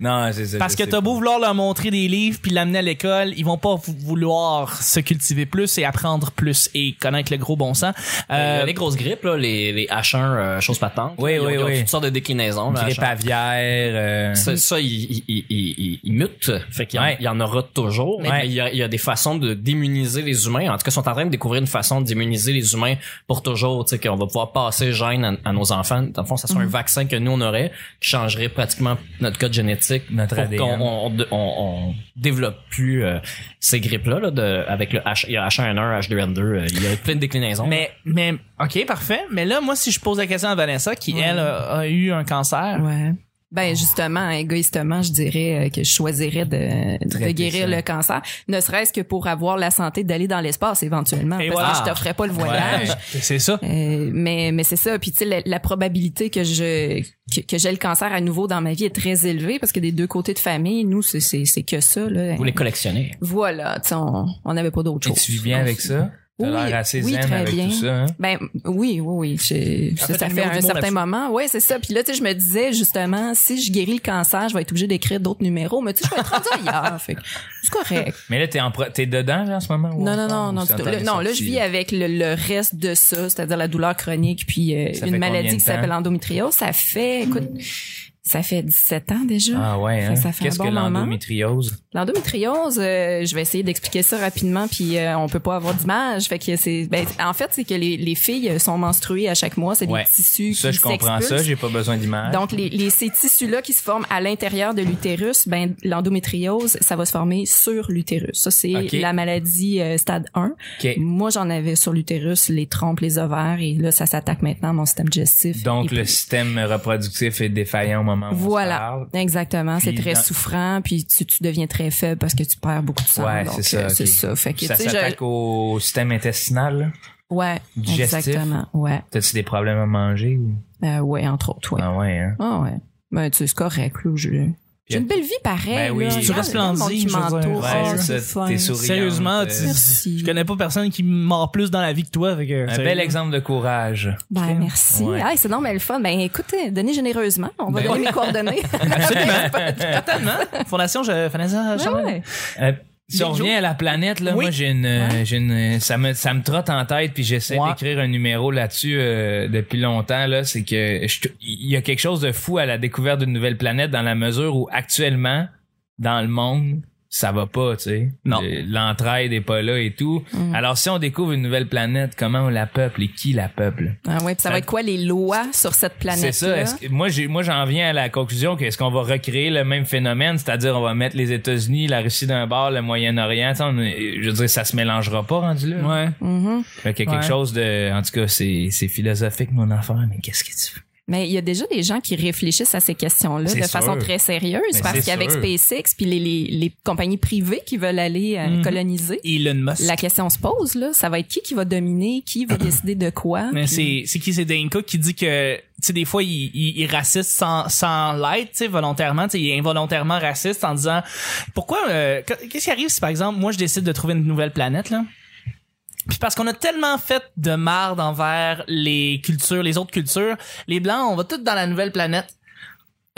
[SPEAKER 3] Non, c'est ça.
[SPEAKER 1] Parce
[SPEAKER 3] je
[SPEAKER 1] que
[SPEAKER 3] sais
[SPEAKER 1] t'as
[SPEAKER 3] pas.
[SPEAKER 1] beau vouloir leur montrer des livres puis l'amener à l'école, ils vont pas vou- vouloir se cultiver plus et apprendre plus et connaître le gros bon sens.
[SPEAKER 3] Ben,
[SPEAKER 4] Euh,
[SPEAKER 1] Euh,
[SPEAKER 4] les grosses grippes, là, les, les H1, euh, choses patentes.
[SPEAKER 3] Oui,
[SPEAKER 4] ils ont-
[SPEAKER 3] oui,
[SPEAKER 4] ils ont
[SPEAKER 3] oui.
[SPEAKER 4] Toutes sortes de déclinaisons. là,
[SPEAKER 3] Grippe
[SPEAKER 4] H1.
[SPEAKER 3] aviaire. euh,
[SPEAKER 4] Ça, ça ils il, il, il- il mute. Fait qu'il y en-
[SPEAKER 3] Ouais.
[SPEAKER 4] il y en aura toujours.
[SPEAKER 3] Ouais.
[SPEAKER 4] Mais il, y a, il y a des façons de démuniser les humains. En tout cas, ils sont en train de découvrir une façon de démuniser les humains pour toujours. Tu sais, qu'on va pouvoir passer gène à, à nos enfants. Dans le fond, ça
[SPEAKER 3] Mhm.
[SPEAKER 4] serait un vaccin que nous, on aurait qui changerait pratiquement notre code génétique
[SPEAKER 3] Notre
[SPEAKER 4] pour
[SPEAKER 3] ADN.
[SPEAKER 4] qu'on on, on- on- on développe plus euh, ces grippes-là là, de- avec le H, il y a H1N1, H2N2. euh, il y a plein de déclinaisons.
[SPEAKER 1] mais, mais, ok, parfait. Mais là, moi, si je pose la question à Vanessa, qui,
[SPEAKER 2] Ouais.
[SPEAKER 1] elle, a, a eu un cancer,
[SPEAKER 2] Ouais.
[SPEAKER 3] Oh.
[SPEAKER 2] Ben justement, égoïstement, je dirais euh, que je choisirais de, de
[SPEAKER 3] Traiter
[SPEAKER 2] guérir
[SPEAKER 3] ça.
[SPEAKER 2] le cancer, ne serait-ce que pour avoir la santé d'aller dans l'espace éventuellement.
[SPEAKER 1] Et
[SPEAKER 2] parce
[SPEAKER 1] voilà.
[SPEAKER 2] que je t'offrais
[SPEAKER 3] Ah.
[SPEAKER 2] pas le <laughs> voyage.
[SPEAKER 1] c'est ça.
[SPEAKER 2] Euh, mais mais c'est ça. Puis tu sais, la, la probabilité que je que, que j'ai le cancer à nouveau dans ma vie est très élevée parce que des deux côtés de famille, nous c'est c'est c'est que ça là.
[SPEAKER 4] Vous les collectionnez.
[SPEAKER 2] Voilà, tu sais, on on n'avait pas d'autre
[SPEAKER 3] Et
[SPEAKER 2] chose.
[SPEAKER 3] tu vis bien avec ça? T'as l'air assez zen avec tout ça. Hein?
[SPEAKER 2] Ben oui, oui, oui. j'ai-
[SPEAKER 1] Ça fait
[SPEAKER 2] ça,
[SPEAKER 1] un
[SPEAKER 2] fait
[SPEAKER 1] numéro
[SPEAKER 2] un
[SPEAKER 1] d'humour
[SPEAKER 2] certain
[SPEAKER 1] là-dessus.
[SPEAKER 2] moment. Oui, c'est ça. Puis là, tu sais, je me disais justement, si je guéris le cancer, je vais être obligée d'écrire d'autres numéros. Mais tu sais, je vais être rendue ailleurs. Fait que c'est correct.
[SPEAKER 3] Mais là, t'es en pro- t'es dedans là, en ce moment?
[SPEAKER 2] Non,
[SPEAKER 3] Ou-
[SPEAKER 2] non, non,
[SPEAKER 3] ou
[SPEAKER 2] non.
[SPEAKER 3] c'est
[SPEAKER 2] du tout.
[SPEAKER 3] encore
[SPEAKER 2] Là, non, là, je
[SPEAKER 3] sorti?
[SPEAKER 2] vis avec le, le reste de ça, c'est-à-dire la douleur chronique, puis euh,
[SPEAKER 3] Ça fait
[SPEAKER 2] une
[SPEAKER 3] combien de
[SPEAKER 2] maladie qui
[SPEAKER 3] temps?
[SPEAKER 2] s'appelle endométriose. Ça fait, écoute, ça fait 17 ans déjà.
[SPEAKER 3] Ah ouais,
[SPEAKER 2] Fait
[SPEAKER 3] hein?
[SPEAKER 2] que ça fait un
[SPEAKER 3] Qu'est-ce
[SPEAKER 2] bon
[SPEAKER 3] que
[SPEAKER 2] moment.
[SPEAKER 3] l'endométriose?
[SPEAKER 2] L'endométriose, euh, je vais essayer d'expliquer ça rapidement, puis euh, on peut pas avoir d'image. Fait que c'est, ben, en fait, c'est que les, les filles sont menstruées à chaque mois, c'est
[SPEAKER 3] Ouais.
[SPEAKER 2] des tissus
[SPEAKER 3] Ça,
[SPEAKER 2] qui
[SPEAKER 3] je comprends
[SPEAKER 2] s'expulsent.
[SPEAKER 3] ça, j'ai pas besoin d'image.
[SPEAKER 2] Donc les, les- ces tissus-là qui se forment à l'intérieur de l'utérus, ben l'endométriose, ça va se former sur l'utérus. Ça c'est
[SPEAKER 3] Ok.
[SPEAKER 2] la maladie euh, stade 1.
[SPEAKER 3] Ok.
[SPEAKER 2] Moi j'en avais sur l'utérus, les trompes, les ovaires et là ça s'attaque maintenant à mon système digestif.
[SPEAKER 3] Donc,
[SPEAKER 2] Et
[SPEAKER 3] le
[SPEAKER 2] puis-
[SPEAKER 3] système reproductif est défaillant au moment où
[SPEAKER 2] Voilà.
[SPEAKER 3] on se parle.
[SPEAKER 2] Exactement, c'est
[SPEAKER 3] Puis
[SPEAKER 2] très
[SPEAKER 3] dans-
[SPEAKER 2] souffrant, puis tu, tu deviens très faible parce que tu perds beaucoup de sang.
[SPEAKER 3] Ouais,
[SPEAKER 2] donc,
[SPEAKER 3] c'est ça,
[SPEAKER 2] euh, c'est
[SPEAKER 3] ok.
[SPEAKER 2] ça. Fait que,
[SPEAKER 3] Ça
[SPEAKER 2] tu sais, je-
[SPEAKER 3] s'attaque au système intestinal. là?
[SPEAKER 2] Ouais,
[SPEAKER 3] Digestif.
[SPEAKER 2] exactement. Ouais,
[SPEAKER 3] T'as-tu des problèmes à manger? ou-
[SPEAKER 2] Euh, ouais, entre autres, ouais.
[SPEAKER 3] Ah ouais, hein?
[SPEAKER 2] Ah ouais. Ben, tu sais, c'est correct, là. je- J'ai une belle vie pareille.
[SPEAKER 3] Ben oui.
[SPEAKER 2] là.
[SPEAKER 3] Tu
[SPEAKER 2] Regarde,
[SPEAKER 1] resplendis,
[SPEAKER 2] le monde qui
[SPEAKER 1] je veux dire.
[SPEAKER 2] m'entoure.
[SPEAKER 1] Ouais,
[SPEAKER 2] Ah,
[SPEAKER 1] c'est
[SPEAKER 2] c'est
[SPEAKER 3] ça,
[SPEAKER 2] fin.
[SPEAKER 3] t'es souriante. euh,
[SPEAKER 1] Sérieusement, tu-
[SPEAKER 2] Merci.
[SPEAKER 1] je connais pas personne qui mord plus dans la vie que toi. Fait que,
[SPEAKER 3] Un
[SPEAKER 1] sérieux.
[SPEAKER 3] bel exemple de courage.
[SPEAKER 2] Ben, merci.
[SPEAKER 3] Ouais.
[SPEAKER 2] Ah, c'est non, mais le fun. Ben, écoutez, donnez généreusement. On va
[SPEAKER 3] Ben
[SPEAKER 2] donner
[SPEAKER 3] <laughs>
[SPEAKER 2] mes coordonnées.
[SPEAKER 1] Totalement. Fondation je, Vanessa Charles.
[SPEAKER 2] Ouais.
[SPEAKER 3] Euh, si
[SPEAKER 1] Des
[SPEAKER 3] on revient
[SPEAKER 1] jours-
[SPEAKER 3] à la planète, là,
[SPEAKER 1] Oui.
[SPEAKER 3] moi j'ai une, euh, j'ai une, ça me, ça me trotte en tête, puis j'essaie
[SPEAKER 1] Ouais.
[SPEAKER 3] d'écrire un numéro là-dessus euh, depuis longtemps. Là, c'est que je- il y a quelque chose de fou à la découverte d'une nouvelle planète dans la mesure où actuellement dans le monde ça va pas, tu sais.
[SPEAKER 1] Non.
[SPEAKER 3] Euh, L'entraide est pas là et tout.
[SPEAKER 1] Mm.
[SPEAKER 3] Alors si on découvre une nouvelle planète, comment on la peuple et qui la peuple
[SPEAKER 2] Ah ouais, puis ça va être quoi les lois sur cette
[SPEAKER 3] C'est
[SPEAKER 2] planète
[SPEAKER 3] ça. Est-ce que- moi, j'ai, moi, j'en viens à la conclusion que est-ce qu'on va recréer le même phénomène, c'est-à-dire on va mettre les États-Unis, la Russie d'un bord, le Moyen-Orient. ça, on- je veux dire, ça se mélangera pas rendu là.
[SPEAKER 1] Ouais.
[SPEAKER 3] Fait qu'il y a
[SPEAKER 1] Ouais.
[SPEAKER 3] quelque chose de, en tout cas, c'est, c'est philosophique mon affaire, mais qu'est-ce que tu veux
[SPEAKER 2] Mais il y a déjà des gens qui réfléchissent à ces questions-là
[SPEAKER 3] C'est
[SPEAKER 2] de
[SPEAKER 3] sûr.
[SPEAKER 2] façon très sérieuse
[SPEAKER 3] Mais
[SPEAKER 2] parce
[SPEAKER 3] c'est
[SPEAKER 2] qu'avec
[SPEAKER 3] sûr.
[SPEAKER 2] SpaceX puis les, les, les compagnies privées qui veulent aller euh,
[SPEAKER 3] Mm-hmm.
[SPEAKER 1] Mhm.
[SPEAKER 2] coloniser,
[SPEAKER 1] Elon Musk.
[SPEAKER 2] la question se pose là, ça va être qui qui va dominer,
[SPEAKER 3] <coughs>
[SPEAKER 2] qui va décider de quoi
[SPEAKER 1] Mais c'est c'est qui c'est Dane Cook qui dit que tu sais des fois il, il, il est raciste sans sans l'être tu sais volontairement tu sais il est involontairement raciste en disant pourquoi euh, qu- qu'est-ce qui arrive si par exemple moi je décide de trouver une nouvelle planète là puis parce qu'on a tellement fait de marde envers les cultures les autres cultures les blancs on va tous dans la nouvelle planète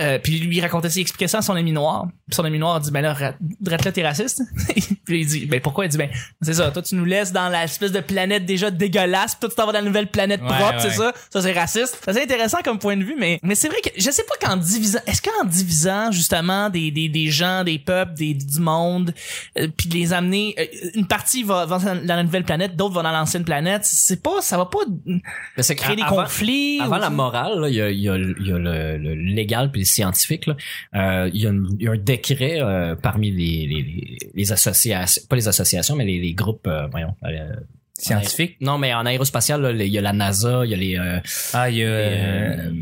[SPEAKER 1] euh, puis lui il racontait ça, il expliquait ça à son ami noir. Puis son ami noir dit ben là, ra- drette là t'es raciste. <laughs> puis il dit ben pourquoi Il dit ben c'est ça, toi tu nous laisses dans l'espèce de planète déjà dégueulasse, puis toi tu t'en vas dans la nouvelle planète
[SPEAKER 3] Ouais,
[SPEAKER 1] propre,
[SPEAKER 3] ouais.
[SPEAKER 1] c'est ça Ça c'est raciste. Ça c'est intéressant comme point de vue, mais mais c'est vrai que je sais pas qu'en divisant, est-ce qu'en divisant justement des, des, des gens, des peuples, des du monde, euh, puis de les amener, euh, une partie va, va dans la nouvelle planète, d'autres vont dans l'ancienne planète, c'est pas, ça va pas
[SPEAKER 4] Mais c'est
[SPEAKER 1] créer des
[SPEAKER 4] avant-
[SPEAKER 1] conflits.
[SPEAKER 4] Avant
[SPEAKER 1] ou-
[SPEAKER 4] la morale, là, il y a, il y a- il y a le, le légal puis le scientifique. là. Euh, il, y a une- il y a un décret euh, parmi les, les- les, les associations, pas les associations, mais les, les groupes, euh, voyons. euh,
[SPEAKER 3] Scientifique.
[SPEAKER 4] non, mais en aérospatial, là, les- il y a la NASA, il y a les... euh,
[SPEAKER 3] Ah, il y a,
[SPEAKER 4] euh,
[SPEAKER 3] euh,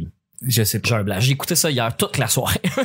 [SPEAKER 3] je sais
[SPEAKER 4] j'ai
[SPEAKER 3] pas.
[SPEAKER 4] un blanc. J'ai écouté ça hier toute la soirée. <laughs>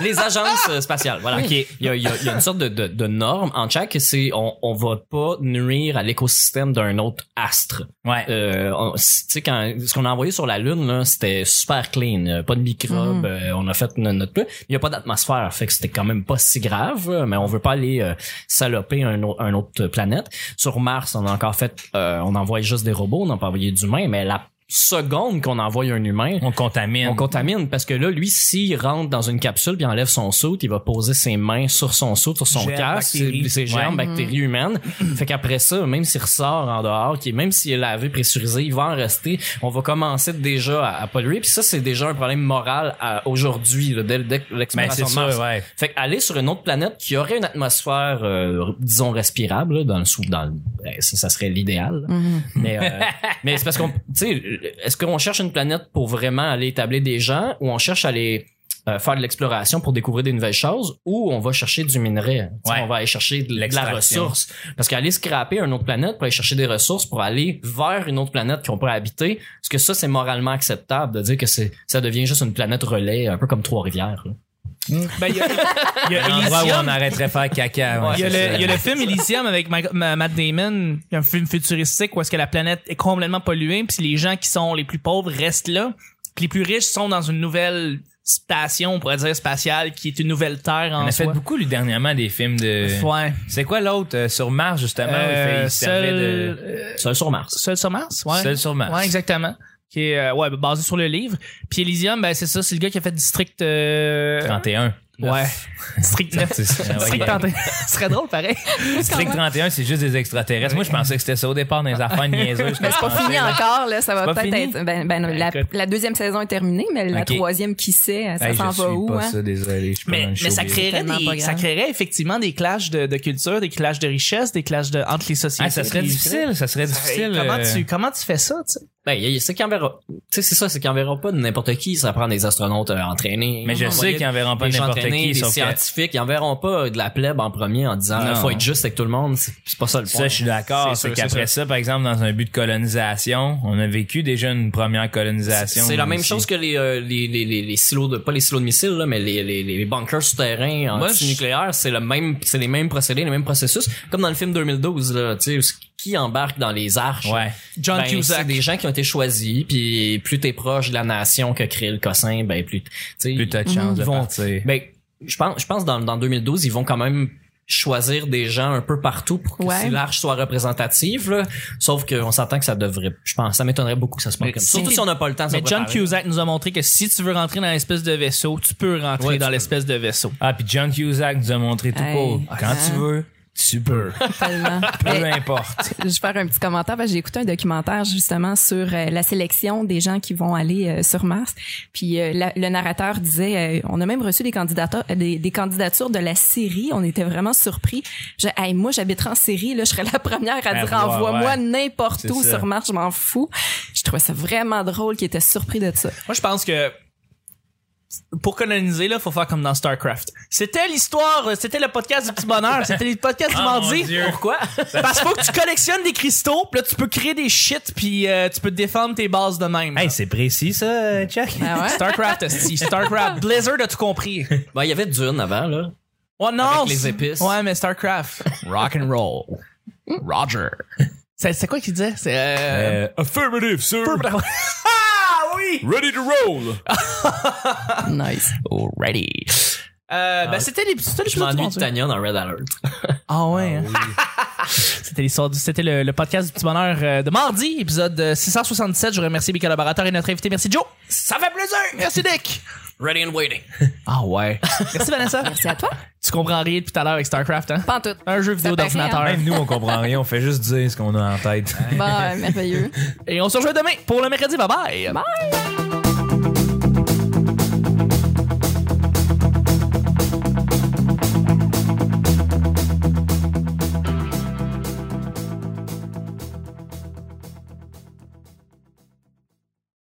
[SPEAKER 4] les agences euh, spatiales, voilà.
[SPEAKER 3] Ok.
[SPEAKER 4] Il y, a, il y a- il y a une sorte de, de, de norme en chaque, c'est on, on va pas nuire à l'écosystème d'un autre astre.
[SPEAKER 3] Ouais.
[SPEAKER 4] Euh, on- c- tu sais quand ce qu'on a envoyé sur la lune là, c'était super clean, euh, pas de microbes,
[SPEAKER 2] Mhm.
[SPEAKER 4] euh, on a fait no- notre peu. Il y a pas d'atmosphère, fait que c'était quand même pas si grave, euh, mais on veut pas aller euh, saloper un, au- un autre planète. Sur Mars, on a encore fait euh, on envoie juste des robots, on n'a pas envoyé d'humains, mais la seconde qu'on envoie un humain,
[SPEAKER 3] On contamine.
[SPEAKER 4] on contamine parce que là, lui, s'il rentre dans une capsule puis enlève son saut, il va poser ses mains sur son saut, sur son
[SPEAKER 1] Germes,
[SPEAKER 4] casque,
[SPEAKER 1] bactéries.
[SPEAKER 4] ses, ses germes,
[SPEAKER 1] <clears throat>
[SPEAKER 4] bactéries humaines. Fait qu'après ça, même s'il ressort en dehors, qui même s'il est lavé, pressurisé, il va en rester. On va commencer déjà à, à polluer. Puis ça, c'est déjà un problème moral à- aujourd'hui, là, dès, dès
[SPEAKER 3] Mais
[SPEAKER 4] l'exploration
[SPEAKER 3] Ben, c'est
[SPEAKER 4] de Mars.
[SPEAKER 3] ça, ouais.
[SPEAKER 4] Fait qu'aller sur une autre planète qui aurait une atmosphère, euh, disons, respirable, là, dans le sou, dans le- ben, ça, ça serait l'idéal. là.
[SPEAKER 2] Mm-hmm.
[SPEAKER 4] Mais,
[SPEAKER 3] <laughs>
[SPEAKER 4] euh, mais c'est parce qu'on, tu sais, est-ce qu'on cherche une planète pour vraiment aller établir des gens ou on cherche à aller euh, faire de l'exploration pour découvrir des nouvelles choses ou on va chercher du minerai? Tu sais,
[SPEAKER 3] Ouais.
[SPEAKER 4] On va aller chercher de, de la
[SPEAKER 3] L'extraction.
[SPEAKER 4] ressource. Parce qu'aller scraper une autre planète pour aller chercher des ressources pour aller vers une autre planète qu'on pourrait habiter, est-ce que ça, c'est moralement acceptable de dire que c'est, ça devient juste une planète relais, un peu comme Trois-Rivières? là?
[SPEAKER 1] Ben, il y a, il y
[SPEAKER 3] <laughs>
[SPEAKER 1] a
[SPEAKER 3] Un endroit où
[SPEAKER 1] Elysium.
[SPEAKER 3] on arrêterait faire caca. ouais,
[SPEAKER 1] Il y, a
[SPEAKER 3] c'est
[SPEAKER 1] le,
[SPEAKER 3] ça.
[SPEAKER 1] il y a le film Elysium avec Ma- Ma- Matt Damon, un film futuristique où est-ce que la planète est complètement polluée, puis les gens qui sont les plus pauvres restent là, puis les plus riches sont dans une nouvelle station, on pourrait dire spatiale, qui est une nouvelle Terre
[SPEAKER 3] On
[SPEAKER 1] en
[SPEAKER 3] a fait
[SPEAKER 1] soi.
[SPEAKER 3] beaucoup lui, dernièrement des films de.
[SPEAKER 1] Ouais.
[SPEAKER 3] C'est quoi l'autre euh, sur Mars justement où il fait-
[SPEAKER 1] Euh,
[SPEAKER 3] il servait
[SPEAKER 1] seul-
[SPEAKER 3] de
[SPEAKER 1] euh,
[SPEAKER 4] Seul sur Mars.
[SPEAKER 1] Seul sur Mars, ouais.
[SPEAKER 3] Seul sur Mars.
[SPEAKER 1] Ouais, exactement. Qui est euh, ouais, basé sur le livre. Puis Elysium, ben c'est ça, c'est le gars qui a fait District euh,
[SPEAKER 3] 31.
[SPEAKER 1] Ouais.
[SPEAKER 3] <laughs>
[SPEAKER 1] District 9.
[SPEAKER 3] C'est- c'est-
[SPEAKER 1] District
[SPEAKER 3] ouais.
[SPEAKER 1] 31. <laughs> Ce serait drôle pareil.
[SPEAKER 3] District 31, c'est juste des extraterrestres. Moi, je pensais que c'était ça au départ dans les affaires niaiseuses. que
[SPEAKER 2] Mais
[SPEAKER 3] je
[SPEAKER 2] Ben, c'est pas
[SPEAKER 3] pensais,
[SPEAKER 2] fini
[SPEAKER 3] là.
[SPEAKER 2] encore, là. Ça va
[SPEAKER 3] Ah. C'est pas
[SPEAKER 2] peut-être
[SPEAKER 3] fini?
[SPEAKER 2] être. Ben, ben, la,
[SPEAKER 3] Écoute.
[SPEAKER 2] la deuxième saison est terminée, mais la
[SPEAKER 3] Ok.
[SPEAKER 2] troisième, qui sait, ça
[SPEAKER 3] Hey,
[SPEAKER 2] s'en
[SPEAKER 3] je suis
[SPEAKER 2] va où,
[SPEAKER 3] pas
[SPEAKER 2] hein?
[SPEAKER 3] ça, désolé. Je suis pas
[SPEAKER 1] Mais,
[SPEAKER 3] dans le
[SPEAKER 1] mais ça
[SPEAKER 3] showbiz.
[SPEAKER 1] créerait,
[SPEAKER 2] Tellement pas
[SPEAKER 1] des,
[SPEAKER 2] grave.
[SPEAKER 1] ça créerait effectivement des clashs de, de culture, des clashs de richesse, des clashs de, entre les sociétés.
[SPEAKER 3] Ah, ça serait difficile, ça serait
[SPEAKER 1] Hey,
[SPEAKER 3] difficile.
[SPEAKER 1] comment,
[SPEAKER 3] euh,
[SPEAKER 1] tu, comment tu fais ça, tu sais?
[SPEAKER 4] Ben, y- y- c'est qu'il enverra. Tu sais, c'est ça, c'est qu'il enverra pas de n'importe qui. Ça prend des astronautes euh, entraînés.
[SPEAKER 3] Mais je sais qu'ils enverront pas
[SPEAKER 4] des gens
[SPEAKER 3] n'importe
[SPEAKER 4] entraînés,
[SPEAKER 3] qui,
[SPEAKER 4] des
[SPEAKER 3] sauf que
[SPEAKER 4] scientifiques, ils enverront pas de la plèbe en premier en disant
[SPEAKER 3] Non.
[SPEAKER 4] faut être juste avec tout le monde, c'est c'est pas ça le point.
[SPEAKER 3] ça, je suis d'accord.
[SPEAKER 1] C'est
[SPEAKER 3] C'est
[SPEAKER 1] sûr, c'est
[SPEAKER 3] qu'après ça, par exemple, dans un but de colonisation, on a vécu déjà une première colonisation.
[SPEAKER 4] C'est la même
[SPEAKER 3] ici.
[SPEAKER 4] chose que les, euh, les, les, les, les silos de pas les silos de missiles là, mais les, les, les bunkers souterrains
[SPEAKER 1] Moi,
[SPEAKER 4] antinucléaires, c'est le même c'est les mêmes procédés, les mêmes processus comme dans le film 2012 là, tu sais où ce- qui embarque dans les arches.
[SPEAKER 3] Ouais.
[SPEAKER 1] John
[SPEAKER 4] Ben, c'est
[SPEAKER 1] Cusack.
[SPEAKER 4] des gens qui ont été choisis puis plus t'es proche de la nation que crée le cossin, ben plus tu sais
[SPEAKER 3] Plus t'as de chances de
[SPEAKER 4] Ils vont-
[SPEAKER 3] partir.
[SPEAKER 4] ben je pense je pense dans dans 2012 ils vont quand même choisir des gens un peu partout pour que
[SPEAKER 2] Ouais.
[SPEAKER 4] si l'arche soit représentative là. sauf qu'on s'entend que ça devrait je pense ça m'étonnerait beaucoup que ça se passe
[SPEAKER 1] Mais
[SPEAKER 4] comme ça
[SPEAKER 1] si
[SPEAKER 4] surtout
[SPEAKER 1] t'es-
[SPEAKER 4] si on n'a pas le temps de se
[SPEAKER 1] Mais John
[SPEAKER 4] préparer.
[SPEAKER 1] Cusack nous a montré que si tu veux rentrer dans l'espèce de vaisseau, tu peux rentrer
[SPEAKER 4] Ouais, tu
[SPEAKER 1] dans
[SPEAKER 4] peux.
[SPEAKER 1] l'espèce de vaisseau.
[SPEAKER 3] Ah, puis John Cusack nous a montré tout
[SPEAKER 2] Hey.
[SPEAKER 3] court. Quand tu
[SPEAKER 2] Ah.
[SPEAKER 3] veux, tu peux.
[SPEAKER 2] Tellement.
[SPEAKER 3] <laughs> Peu
[SPEAKER 2] <laughs> Mais
[SPEAKER 3] importe.
[SPEAKER 2] je vais faire un petit commentaire parce que j'ai écouté un documentaire justement sur euh, la sélection des gens qui vont aller euh, sur Mars. Puis euh, la- le narrateur disait, euh, on a même reçu des candidatures, des, des candidatures de la Syrie. On était vraiment surpris. Je, hey, moi, j'habiterais en Syrie, là, je serais la première à
[SPEAKER 3] Ben,
[SPEAKER 2] dire envoie-moi
[SPEAKER 3] ouais.
[SPEAKER 2] n'importe
[SPEAKER 3] C'est
[SPEAKER 2] où
[SPEAKER 3] ça.
[SPEAKER 2] sur Mars, je m'en fous. Je trouvais ça vraiment drôle qu'ils étaient surpris de ça.
[SPEAKER 1] Moi, je pense que pour coloniser, là, faut faire comme dans StarCraft. C'était l'histoire, euh, c'était le podcast du petit bonheur, c'était le podcast du
[SPEAKER 3] <laughs> Ah, mon
[SPEAKER 1] mardi.
[SPEAKER 3] Dieu.
[SPEAKER 1] Pourquoi? Parce qu'il faut que tu collectionnes des cristaux, puis là, tu peux créer des shit, puis euh, tu peux défendre tes bases de même.
[SPEAKER 3] Hey, c'est précis, ça, Chuck.
[SPEAKER 2] Ah
[SPEAKER 1] <laughs>
[SPEAKER 2] ouais?
[SPEAKER 1] StarCraft, esti, StarCraft. Blizzard a tout compris.
[SPEAKER 4] Ben, il y avait Dune avant, là.
[SPEAKER 1] Oh non!
[SPEAKER 4] Avec les
[SPEAKER 1] c'est-
[SPEAKER 4] épices.
[SPEAKER 1] Ouais, mais StarCraft. Rock and roll. Roger. C'est c'est quoi qu'il disait? C'est euh...
[SPEAKER 3] affirmative, sir.
[SPEAKER 1] Ah oui!
[SPEAKER 3] Ready to roll.
[SPEAKER 2] <laughs> Nice.
[SPEAKER 1] Already. <laughs> Euh, ben, c'était les c'était
[SPEAKER 4] Ah, Je
[SPEAKER 1] l'épisode du
[SPEAKER 4] m'ennuie de
[SPEAKER 1] monde,
[SPEAKER 4] Tanya dans
[SPEAKER 1] <laughs>
[SPEAKER 4] Red Alert.
[SPEAKER 1] Ah ouais. hein? <laughs> c'était l'histoire du- c'était le, le podcast du petit bonheur euh, de mardi, épisode euh, 667. Je remercie mes collaborateurs et notre invité. Merci Joe. Ça fait plaisir. Merci Dick.
[SPEAKER 4] Ready and waiting.
[SPEAKER 1] Ah ouais. Merci Vanessa.
[SPEAKER 2] Merci à toi.
[SPEAKER 1] tu comprends rien depuis tout à l'heure avec StarCraft hein
[SPEAKER 2] Pas en tout.
[SPEAKER 1] Un jeu vidéo
[SPEAKER 2] Ça paraît,
[SPEAKER 1] d'ordinateur.
[SPEAKER 3] Même nous, on comprend rien. On fait juste dire ce qu'on a en tête.
[SPEAKER 2] Bon, euh, merveilleux.
[SPEAKER 1] Et on se rejoint demain pour le mercredi. Bye bye.
[SPEAKER 2] Bye.